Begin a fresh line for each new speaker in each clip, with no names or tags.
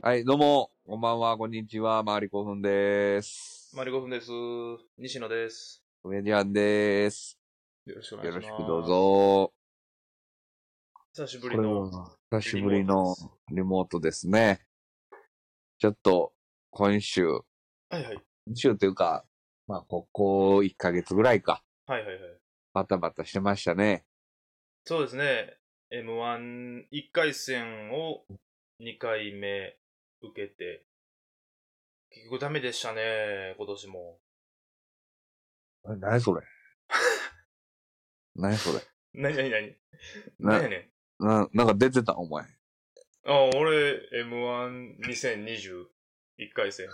はい、どうも、こんばんは、こんにちは、マーリコフンです。
マリコフンです。西野です。
コメディアンです。
よろしくお願い
よ
し
ろ
ます。
しくどう。ぞ。
久しぶ
こ
り
れ
の。
は、久しぶりのリモートですね。ちょっと、今週、
はいはい。
今週というか、まあ、ここ1ヶ月ぐらいか、
はいはいはい。
バタバタしてましたね。
そうですね。M11 回戦を2回目受けて、結局ダメでしたね、今年も。
え何それ何それ
なになになに何や
な、
ねん。
な、なんか出てたお前。
あ、俺、M12021 回戦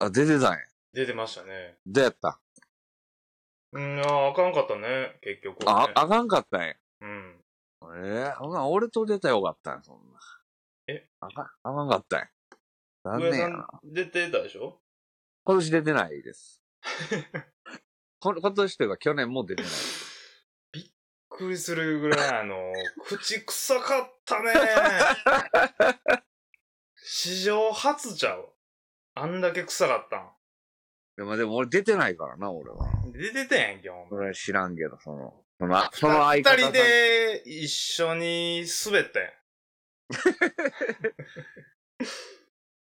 あ、出てたんや。
出てましたね。
どうやった
うん、ああかんかったね、結局、ね。
あ、あかんかったんや。
うん。
ええほな、俺と出たらよかったんや、そんな。
え
あかん、あかんかったんや。残
上
念
さ
やな。
ん出てたでしょ
今年出てない です。こ今年というか去年も出てない。
びっくりするぐらい、あの、口臭かったね。史上初ちゃう。あんだけ臭かった
でも、でも俺出てないからな、俺は。
ん。出てたやんけ、ほん
そ
ま。
れ知らんけど、その、その、その相方さん
二人。で一緒に滑ったやん。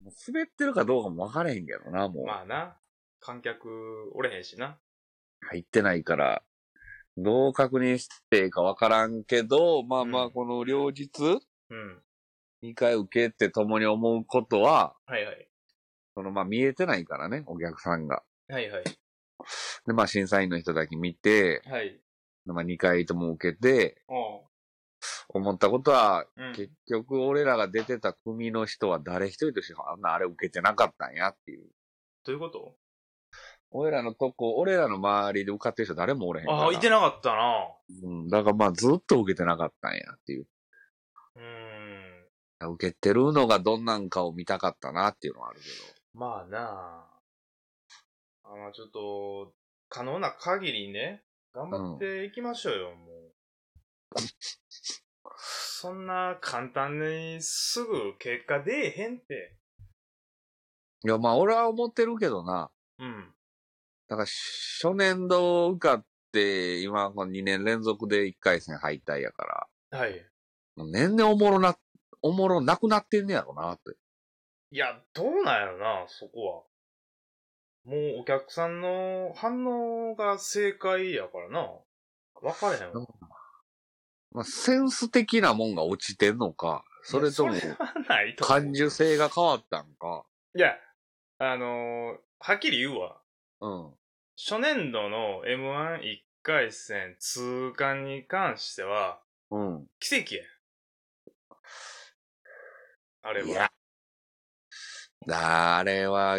もう滑ってるかどうかも分からへんけどな、もう。
まあな。観客おれへんしな。
入ってないから、どう確認していいか分からんけど、まあまあ、
うん
この両日、
うん。
2回受けて共に思うことは、
はいはい。
その、まあ見えてないからね、お客さんが。
はいはい。
で、まあ審査員の人だけ見て、
はい。
まあ2回とも受けて、
お
思ったことは、
ううん。
結局俺らが出てた組の人は誰一人としてあんなあれ受けてなかったんやっていう。
どういうこと
俺らのとこ、俺らの周りで受かってる人誰もおれへんから。
ああ、いてなかったな。
うん。だからまあずっと受けてなかったんやっていう。
うーん。
受けてるのがどんなんかを見たかったなっていうのはあるけ
まあなあ。あまあちょっと、可能な限りね、頑張っていきましょうよ、もう。そんな簡単にすぐ結果出えへんって。
ど。いやまあ俺は思ってるけどな。
うん。
だから初年度受かって、今この2年連続で1回戦敗退やから。
はい。
もう年々おもろな、おもろなくなってんねやろなって。
いや、どうなんやろな、そこは。もうお客さんの反応が正解やからな。わかれへんわ。
まあ、センス的なもんが落ちてんのか、それとも
いやそれはないと思う
感受性が変わったんか。
いや、あのーはっきり言うわ。
うん。
初年度の M11 回戦通過に関しては、
うん。
奇跡や。あれ
い
は
や。。だあれは、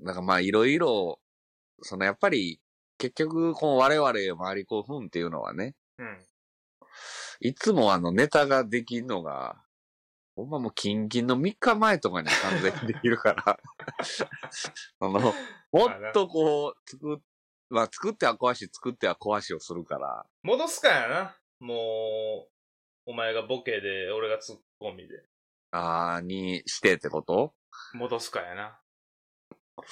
なんかまあいろいろ、そのやっぱり、結局、この我々周り興奮っていうのはね、
うん。
いつもあのネタができんのが、ほんまもうキンキンの3日前とかに完全にできるから、 あの、もっとこう、作っ、まあ作っては壊し、作っては壊しをするから、
戻すかやな。もう、お前がボケで、俺がツッコミで。
あーにしてってこと
戻すかやな。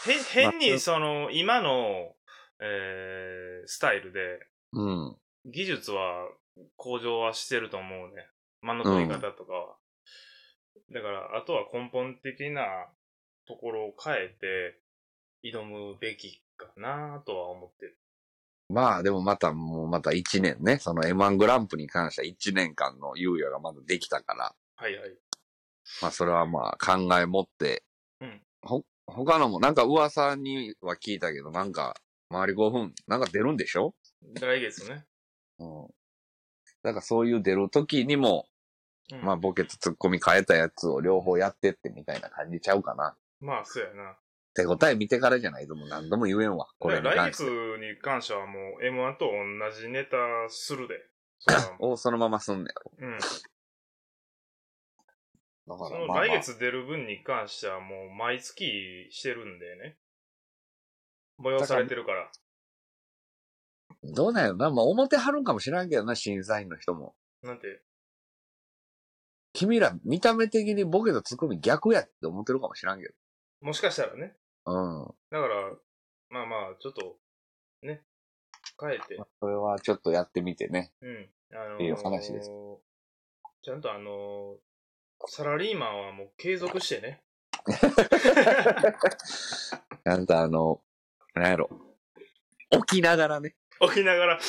へ、変にその、今の、えー、スタイルで、
うん。
技術は向上はしてると思うね。間の取り方とかは。だから、あとは根本的なところを変えて、挑むべきかなとは思ってる。
まあでもまたもうまた1年ね、その M1 グランプリに関しては1年間の猶予がまだできたから、
はいはい。
まあそれはまあ考え持って、
うん
ほ、他のもなんか噂には聞いたけど、なんか周り5分、なんか出るんでしょ
来月ね。
うん。だからそういう出る時にも、
うん、
まあボケとツッコミ変えたやつを両方やってってみたいな感じちゃうかな。
まあ、そうやな。
手応え見てからじゃないともう何度も言えんわ。これに
来
関し
月
て。
に関してはもう M1 と同じネタするで。そうだもん
をそのまますんね
うん。
やろ。だ
そ
から、
の
まあまあ
来月出る分に関してはもう毎月してるんでね。催されてるから。
どうなんやろな。まあ、表張るんかもしらんけどな、審査員の人も。
なんて、
君ら、見た目的にボケとツッコミ逆やって思ってるかもしらんけ
もしかしたらね。
ど。うん。
だから、まあまあ、ちょっと、ね、変えて、
それはちょっとやってみてね。
うん。あのー
いいお話です
ちゃんとあのーサラリーマンはもう継続してね。
なんかあの、なんやろ。起きながらね。
起きながら、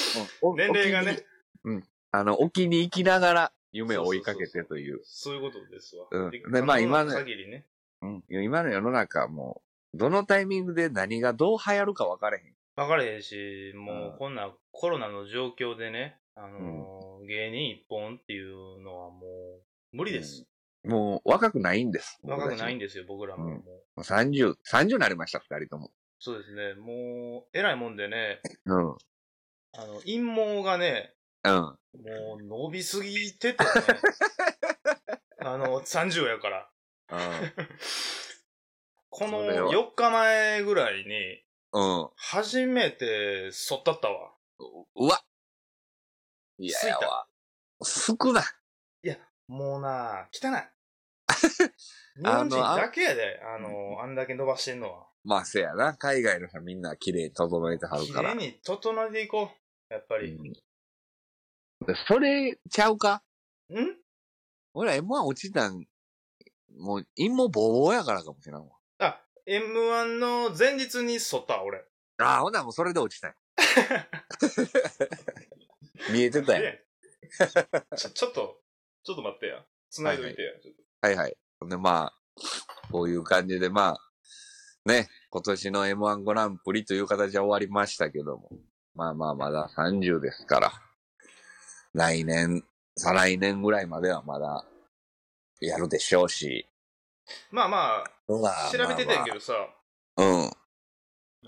年齢が
起き
ね
に。、あの、起きに行きながら夢を追いかけてという。
そういうことですわ。
うん
で
でまあ今ね
可能な限りね。
うん今の世の中はもう、どのタイミングで何がどう流行るか分かれへん。
わかれへんし、
う
も
ん
うこんなコロナの状況でね、あのー芸人一本っていうのはもう無理です。
もう若くないんです。
若くないん
ん
ですよ、僕らも。
うん
もう
30、30になりました、二人とも。
そうですね、もう、偉いもんでね、
うん。う
あの、陰謀がね、
ん。
もう伸びすぎて てね、あの、30やから。この
それは
4日前ぐらいに、
うん。
初めて剃ったったわ。
うわいややわ。少な。
もうな、汚 い。日本人だけやで、あの、あんだけ伸ばしてんのは。
まあ、せやな。海外の人はみんな綺麗に整えてはる
綺
から。
麗に整えていこう。やっぱり。
うんそれちゃうか
ん
俺ら M1 落ちたん、もう陰謀ボーボーやからかもしれんわ。
あ、M1 の前日に剃った、俺。
ああ、ほんならもうそれで落ち たん見えてたやん。
でちょ、ちょっと、ちょっと待ってや。繋いどいてや。ちょっと
はいはい。ほんでまあ、こういう感じでまあ、ね、今年の M1 グランプリという形は終わりましたけども。まあまあ、まだ30ですから。来年、再来年ぐらいまではまだ、やるでしょうし。
まあまあ、調べてたんやけ
ど。
どさ、
うん、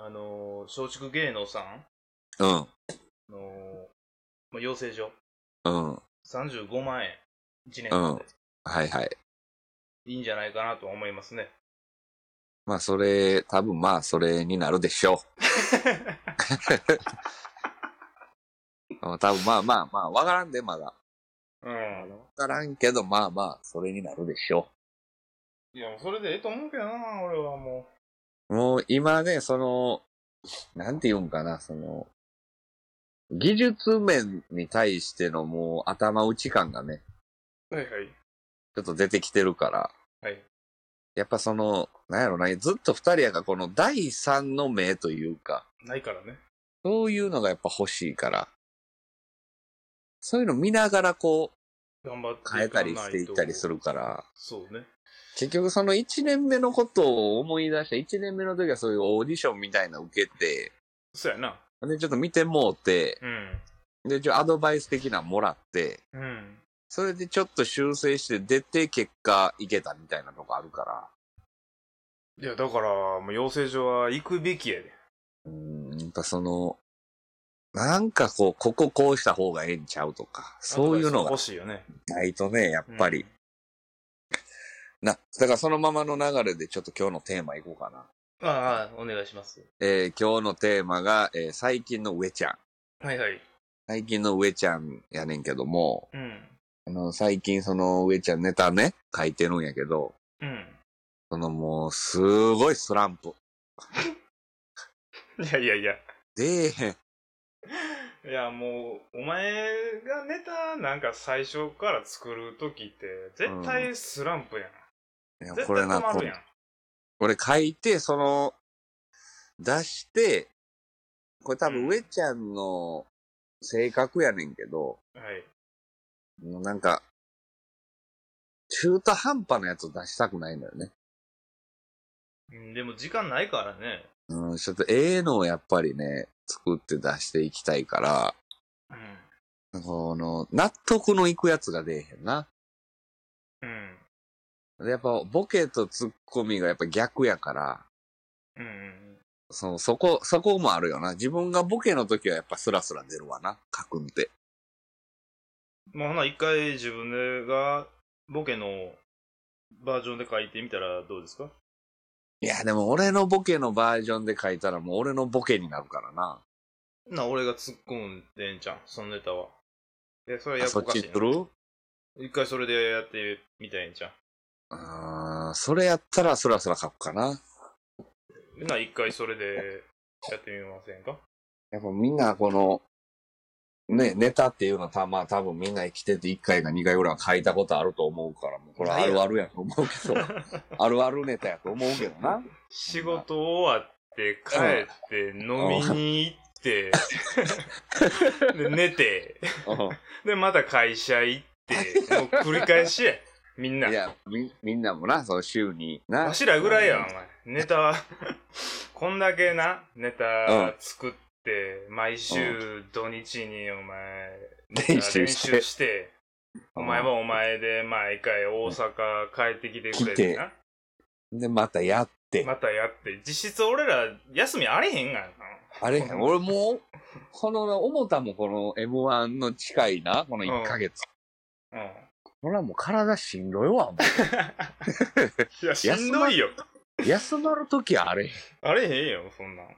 あのー、松竹芸能さん
うん、
の、まあ養成所。
うん。
35万円。1年間で。
はいはい。
いいんじゃないかなと思いますね。
まあ、それ、多分まあ、それになるでしょ う。多分まあまあまあ、わからんで、まだ。わ
うん。
からんけど、まあまあ、それになるでしょ
いや、それでええと思うけどな、俺はも
う。もう、今ね、その、なんて言うんかな、その、技術面に対してのもう頭打ち感がね、
う。はいはい。
ちょっと出てきてるから、
はい。
やっぱその、なんやろな、ずっと二人やからこの第三の目というか、
ないからね。
そういうのがやっぱ欲しいから、そういうの見ながらこう、
頑張ってい
変
かない
え
と
たりしていったりするから、
そうね。
結局その1年目のことを思い出した、1年目の時はそういうオーディションみたいなの受けて、
そうやな。
で、ちょっと見てもうて、
うん。
で、ちょ、アドバイス的なのもらって、
うん。
それでちょっと修正して出て、結果いけたみたいなとこあるから、
いや、だから、もう養成所は行くべきやで。
うーん、やっぱその、なんかこう、こここうした方がええんちゃうとか、そういうの
アド
が
バイス欲しいよね。
ないとね、やっ
うん
ぱり。。な、だからそのままの流れでちょっと今日のテーマいこうかな。
ああ、お願いします。
えー今日のテーマが、えー最近の上ちゃん。
はいはい。
最近の上ちゃんやねんけども、
うん。
あの、最近その上ちゃんネタね、書いてるんやけど、
うん。
そのもう、すごいスランプ。
いやいやいや。
で、へん。
いや、もう、お前がネタなんか最初から作るときって、絶対スランプやん。
いや
絶
こ
対
れな、
止ま
こ
るや
れ
ん。
書いて、その、出して、これ多
う
分
ん
上ちゃんの性格やねんけど、
はい。
もうなんか、中途半端なやつを出したくないのよね。
うんでも時間ないからね。
うん、ちょっとええのをやっぱりね、作って出していきたいから、
うん。
この、納得のいくやつが出えへんな。
うん。
でやっぱ、ボケとツッコミがやっぱ逆やから、
うんうん
その、そこ、そこもあるよな。自分がボケの時はやっぱスラスラ出るわな、書くんて。
まあ、ほな、一回自分がボケのバージョンで書いてみたらどうですか
いや、でも俺のボケのバージョンで書いたらもう俺のボケになるからな。
な、俺が突っ込んでんじゃん、そのネタは。で、それはや
あ
っぱ
そ
お
っ
かし
ち
い
す
な
る
一回それでやってみたいんじゃ
あーそれやったらそらそら書くかな。
ん。な、一回それでやってみませんか
やっぱみんなこの、ね、ネタっていうのはたまあ多分みんな生きてて1回か2回ぐらいは書いたことあると思うから、もうこれあるあるやと思うけど、あるあるネタやと思うけどな。
仕事終わって帰って飲みに行って、で寝て、で、また会社行って、もう繰り返しや。みんな。
いやみ、みんなもな、その週にな。
わしらぐらいや、お前。ネタ、 こんだけな、ネタ作って、毎週土日にお前、
練習して
練習して、
う
お
ん
前はお前で毎回大阪帰ってきてくれてな。
で、またやって。
またやって、実質俺ら休みあれへんがな。
あれやん、俺もう、この、思たもこの M1 の近いな、この1ヶ月。
うん。
ほらもう体しんどいわ、も
いや、しんどいよ。
う。休まるときあれへん。
あれへんよ、そんなん。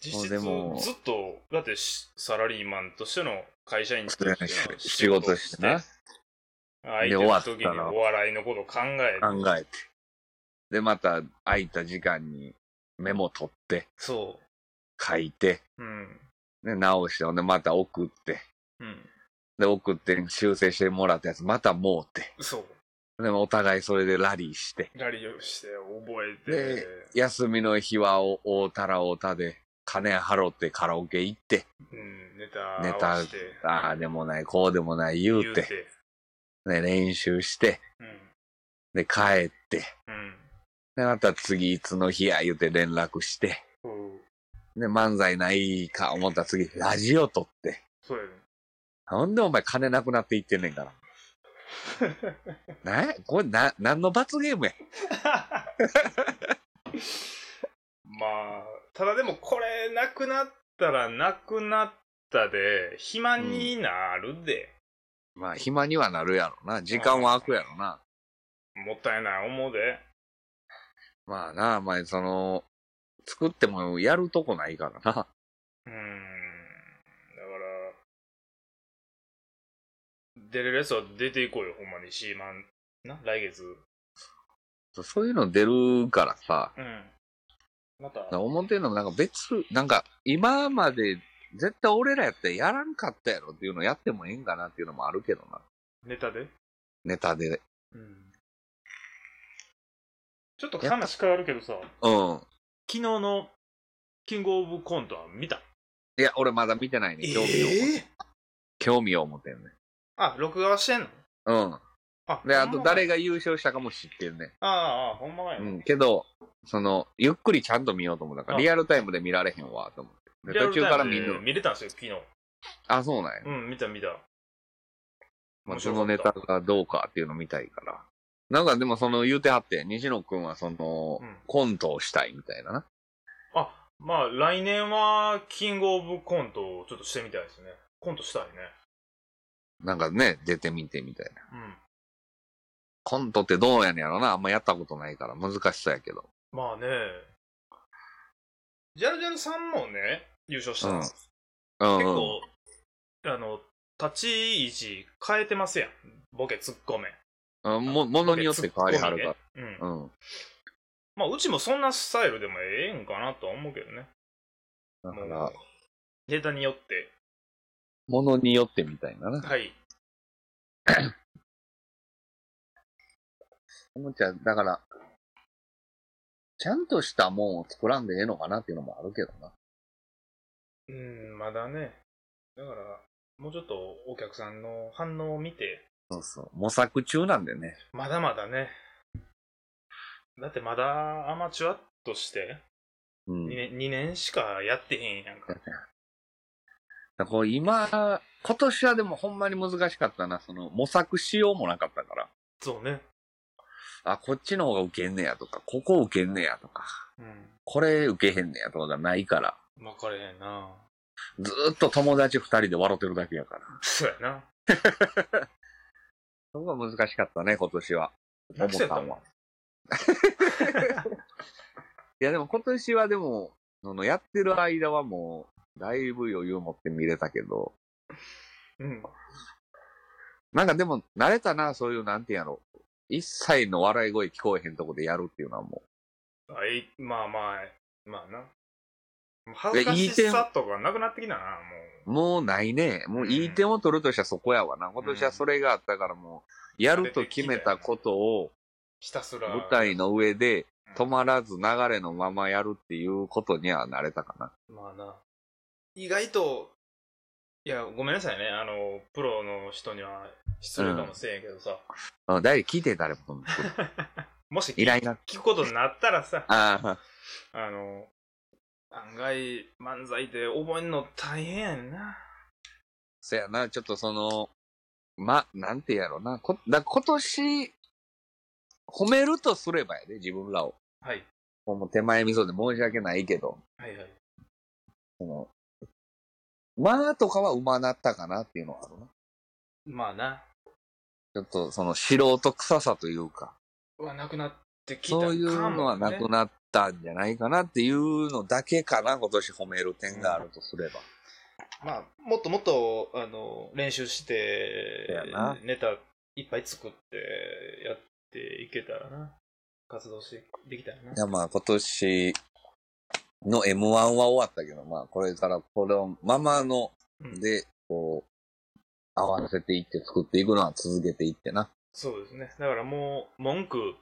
実質
でも
ずっと、だってしサラリーマンとしての会社員としての
仕事してな。。
空い
で
て
終わ
る
った
時
ら
にお笑いのこと考えて。
考えて。で、また空いた時間にメモ取って、
そ
書いて、
う。うん。
ね、直して、ほんでまた送って。
うん。
で、送って修正してもらったやつ、またもうて。
そう。
でもお互いそれでラリーして。
ラリーをして、覚え
で
て。
休みの日はお、おたらおたで、金払ってカラオケ行って、
うん。ネタ
ネ
ネ
タ
タして。
ああでもない、こうでもない言うて、ね、練習して、
うん。
で、帰って、
うん。
で、また次いつの日や言うて連絡して、
そう。
で、漫才ないか思ったら次、ラジオ撮って。
そうやね。
なんでお前金なくなっていってんねんから。なこれな、何の罰ゲームや。
まあ、ただでもこれなくなったらなくなったで、暇になるで、
まあ、暇にはなるやろな。時間は空くやろな。
もったいない思うで。
まあなあ、まあ、その、作ってもやるとこないからな。
うーん。だから、出れるやつは出ていこうよ、ほんまに。シーマン、な、来月。
そういうの出るからさ。
うん。また、
思ってんのもなんか別、なんか今まで絶対俺らやったらやらんかったやろっていうのやってもええんかなっていうのもあるけどな。
ネタで。
ネタで。
うん。ちょっと話変わるけどさ、昨
うん。
日のキングオブコントは見た
いや、俺まだ見てないね。興味を、興味を持ってんね。
あ、録画はしてんの
うん。
あ
で、あと誰
が。
が優勝したかも知ってんね。
ああああ、ほんまかよ。
うん。けど、その、ゆっくりちゃんと見ようと思ったから、
あ
リアルタイムで見られへんわ、と思って。で
リアル
途
タ
中
イム
から見る
で見れたんですよ、昨日。
あ、そうなんや。
うん、見た見た。
まあ、
面
そ
白か
の
った
ネタがどうかっていうの見たいから。なんかでもその言うてはって、西野くんはその、
うん
コントをしたいみたいなな。
あ、まあ、来年は、キングオブコントをちょっとしてみたいですね。コントしたいね。
なんかね、出てみてみたいな。
うん。
コントってどうやねんやろな。あんまやったことないから難しそうやけど。
まあね。ジャルジャルさんもね、優勝したんです。
うん、うん。
結構、あの、立ち位置変えてますやん。ボケ、ツッコメ。
うんも、ものによって変わりはるか
ボケツッコミねうん
ら。うん。
まあ、うちもそんなスタイルでもええんかなとは思うけどね。
だか
も
ら
う、ネタによって。
ものによってみたいなな。
はい。
おもちゃ、だから、ちゃんとしたもんを作らんでええのかなっていうのもあるけどな。
うん、まだね。だから、もうちょっとお客さんの反応を見て、
そうそう。模索中なんでね。
まだまだね。だってまだアマチュアとして
うん。
2年 ,2 年しかやってへんやん か。
だからこう今、今年はでもほんまに難しかったな。その模索しようもなかったから。
そうね。
あ、こっちの方が受けんねやとか、ここ受けんねやとか、
うん。
これ受けへんねやとかがないから、
分かれへんな。
ずーっと友達二人で笑ってるだけやから。
そうやな。
そこが難しかったね、今年は。
楽勝やった
もも
も
さん
ん
は。 いや、でも今年はでも、そのやってる間はもう、だいぶ余裕持って見れたけど、
うん。
なんかでも慣れたな、そういう、なんていうんやろ。一切の笑い声聞こえへんとこでやるっていうのはも
あいまあまあ、まあな。恥ずかしさとかなくなってきたな、
う、
も
もうないね。もういい点を取るとしたらそこやわな。今年はそれがあったからもう、やると決めたことを
う。ひたすら。
舞台の上で
う
止
ん
まらず流れのままやるっていうことには慣れたかな。
まあな。意外と、いや、ごめんなさいね。あの、プロの人には失礼かもしれんけどさ。
うん、誰聞いて誰も。
もし
依
聞
頼が。
聞くことになったらさ、
ああ、
あの、案外漫才で覚えんの大変やんな。
そやな、ちょっとその、ま、なんてやろな。こだ今年、褒めるとすればやで、自分らを。
はい。
もう手前味噌で申し訳ないけど、
はいはい。
その、まあとかは馬なったかなっていうのはあるな。
まあな。
ちょっとその素人臭さというか、
はなくなってきたかも、
そう
ね。
いうのはなくなったんじゃないかなっていうのだけかな、今年褒める点があるとすれば。
まあ、もっともっと、あの、練習して
そやな、。
ネタいっぱい作って、やっていけたらな。活動して、できたらない
やまあ今年の M1 は終わったけど、まあこれからこれをままの
うん
で、こう、合わせていって作っていくのは続けていってな。
そうですね。だからもう、文句、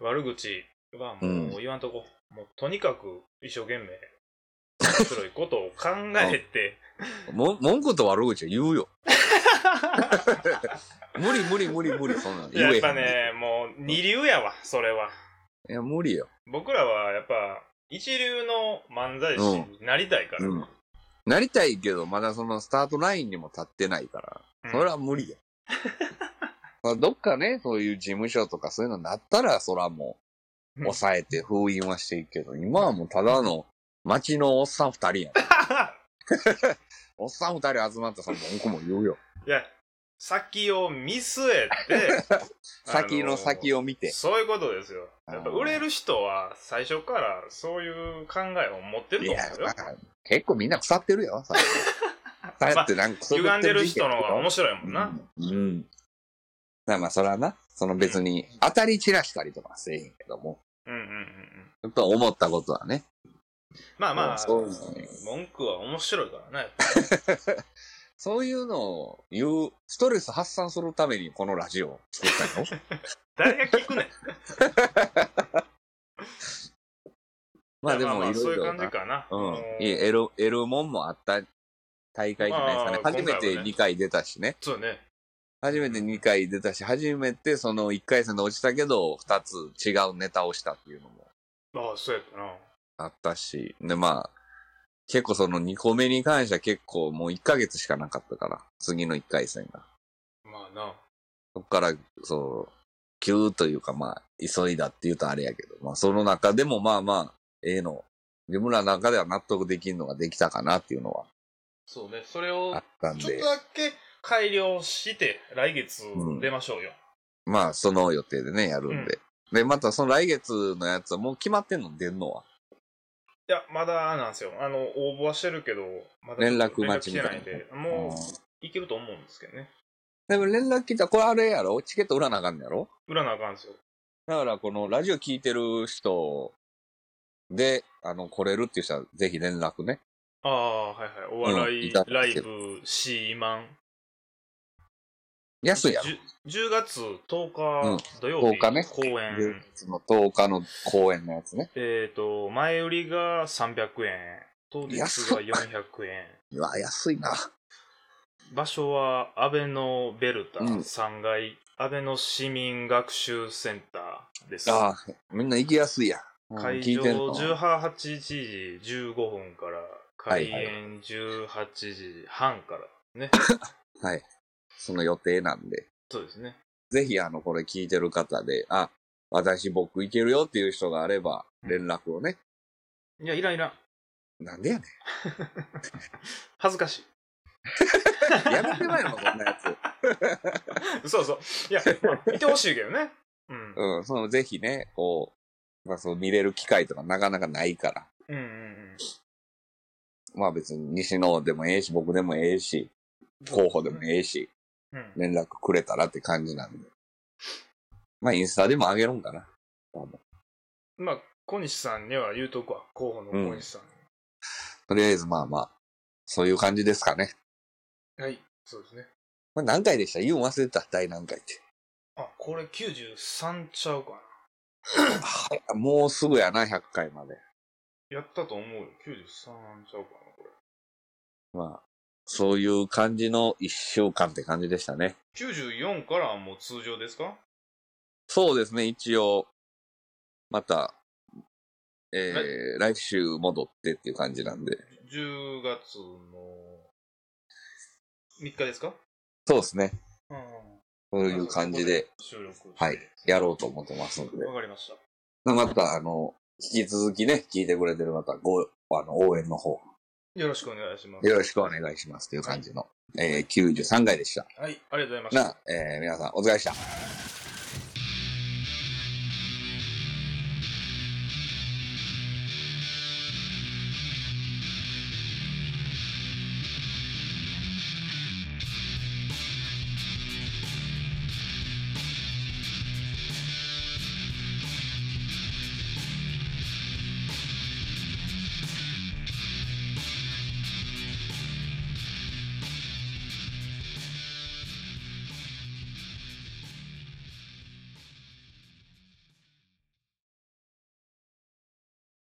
悪口は
うん
もう言わんとこ。もう、とにかく一生懸命、面白いことを考えて、
も文句と悪口は言う よ。無理無理無理無理、そんなの
いややっぱね、もう、二流やわ、それは。
いや、無理よ。
僕らは、やっぱ、一流の漫才師になりたいから。
うんなりたいけど、まだそのスタートラインにも立ってないから、
うん
それは無理よ。まあどっかね、そういう事務所とかそういうのになったら、そらもう、
うん
抑えて封印はしていくけど、今はもうただの街のおっさん二人やん。おっさん二人集まったら、その文句も言うよ。、
いや、先を見据えて
先の先
を
を 見て。
そういうことですよ。
あー
やっぱ売れる人は最初からそういう考えを持ってる
い
と
や
思う、よ
だ。から結構みんな腐ってるよ、 さ。腐ってなんかくすぶ
歪
っ
ん
て
でる
時期
人
や
の
けど
方が面白いもんな。
うん。うん。だからまあ、それはな、その別に当たり散らしたりとかはせえへんけども、
うんうんうんうん。
やっぱ思ったことはね。
まあまあ、
そうですね
文句は面白いからね。
そういうのを言う、ストレス発散するためにこのラジオを作ったよ。
誰が聞くねん。
まあでもい
そ
ろ
うい
いうろ
感じ
な。
かな。
うん
も。
いえ、得る、得るもんもあった大会じゃないですかね。
まあ
初め
今回
て
はね
2回出たしね。
そうね。
初めて2回出たし、初めてその1回戦で落ちたけど、2つ違うネタをしたっていうのも
ああ、そうやったな。
あったし、で、まあ、結構その2個目に関しては結構もう1ヶ月しかなかったから、次の1回戦が。
まあな。
そこから、そう、急というかまあ、急いだって言うとあれやけど、まあその中でもまあまあ、ええの、自分らの中では納得できるのができたかなっていうのは
そうね。それを
あったん
ちょっ
で
と、だけ改良して、来月
うん
出ましょうよ。
まあその予定でね、やるんで。で、またその来月のやつはもう決まってんの出んのはい
や、まだなんですよ。あの、応募はしてるけど、まだ
連絡待ちみ
連
た
絡
いな
来てないんで、
うん
もう、いけると思うんですけどね。
でも連絡来た、これあれやろチケット売らなあかんのやろ
売らなあかんですよ。
だから、このラジオ聞いてる人で、あの、来れるっていう人は、ぜひ連絡ね。
ああ、はいはい。お笑
うんい
い、
たん
ラ
ですけ
イブ、シーマン。
安いやろ。
10, 10月10
うん
日土曜日、
10日ね
公
10
演。
月の10日の公演のやつね。
えっ、と、前売りが300円、当日が
安っ
400円。
うわ、安いな。
場所は、安倍のベルタ
うん
3階、安倍の市民学習センターです。
ああ、みんな行きやすいや。うん
会
聞い
場
てんのかな
18時15分から、
はい
開演18時半からね。
はい。その予定なんで。
そうですね。
ぜひ、あの、これ聞いてる方で、あ、私僕行けるよっていう人があれば、連絡をね。
いや、いらんいらん。
なんでやねん。
恥ずかしい。
やめてまいのか、こんなやつ。
そうそう。 いや、まあ、見てほしいけどね。うん。
うん、その、ぜひね、こう、まあ、そう見れる機会とかなかなかないから。
うんうんうん。
まあ別に西野でもええし、僕でもええし、候補でもええし、
うん。
連絡くれたらって感じなんで。まあインスタでもあげるんかな。
まあ、小西さんには言うとくわ。候補の小西さん。
とりあえずまあまあ、そういう感じですかね。
はい。そうですね。
これ何回でした言うん忘れてた第何回って。
あ、これ93ちゃうかな。
はいもうすぐやな、100回まで。
やったと思うよ。93なんちゃうかな、これ。
まあ、そういう感じの一週間って感じでしたね。
94からはもう通常ですか
そうですね、一応、また、えー、来週戻ってっていう感じなんで。
?10 月の3日ですか
そうですね。
うん。
そういう感じで、
収録。
はい、やろうと思ってますんで。
わかりました。
また、あの、引き続きね、聞いてくれてる方、ご、あの、応援の方、
よろしくお願いします。
よろしくお願いしますという感じの、えー、93回でした。
はい、ありがとうございました
な。、えー、皆さん、お疲れ様でした。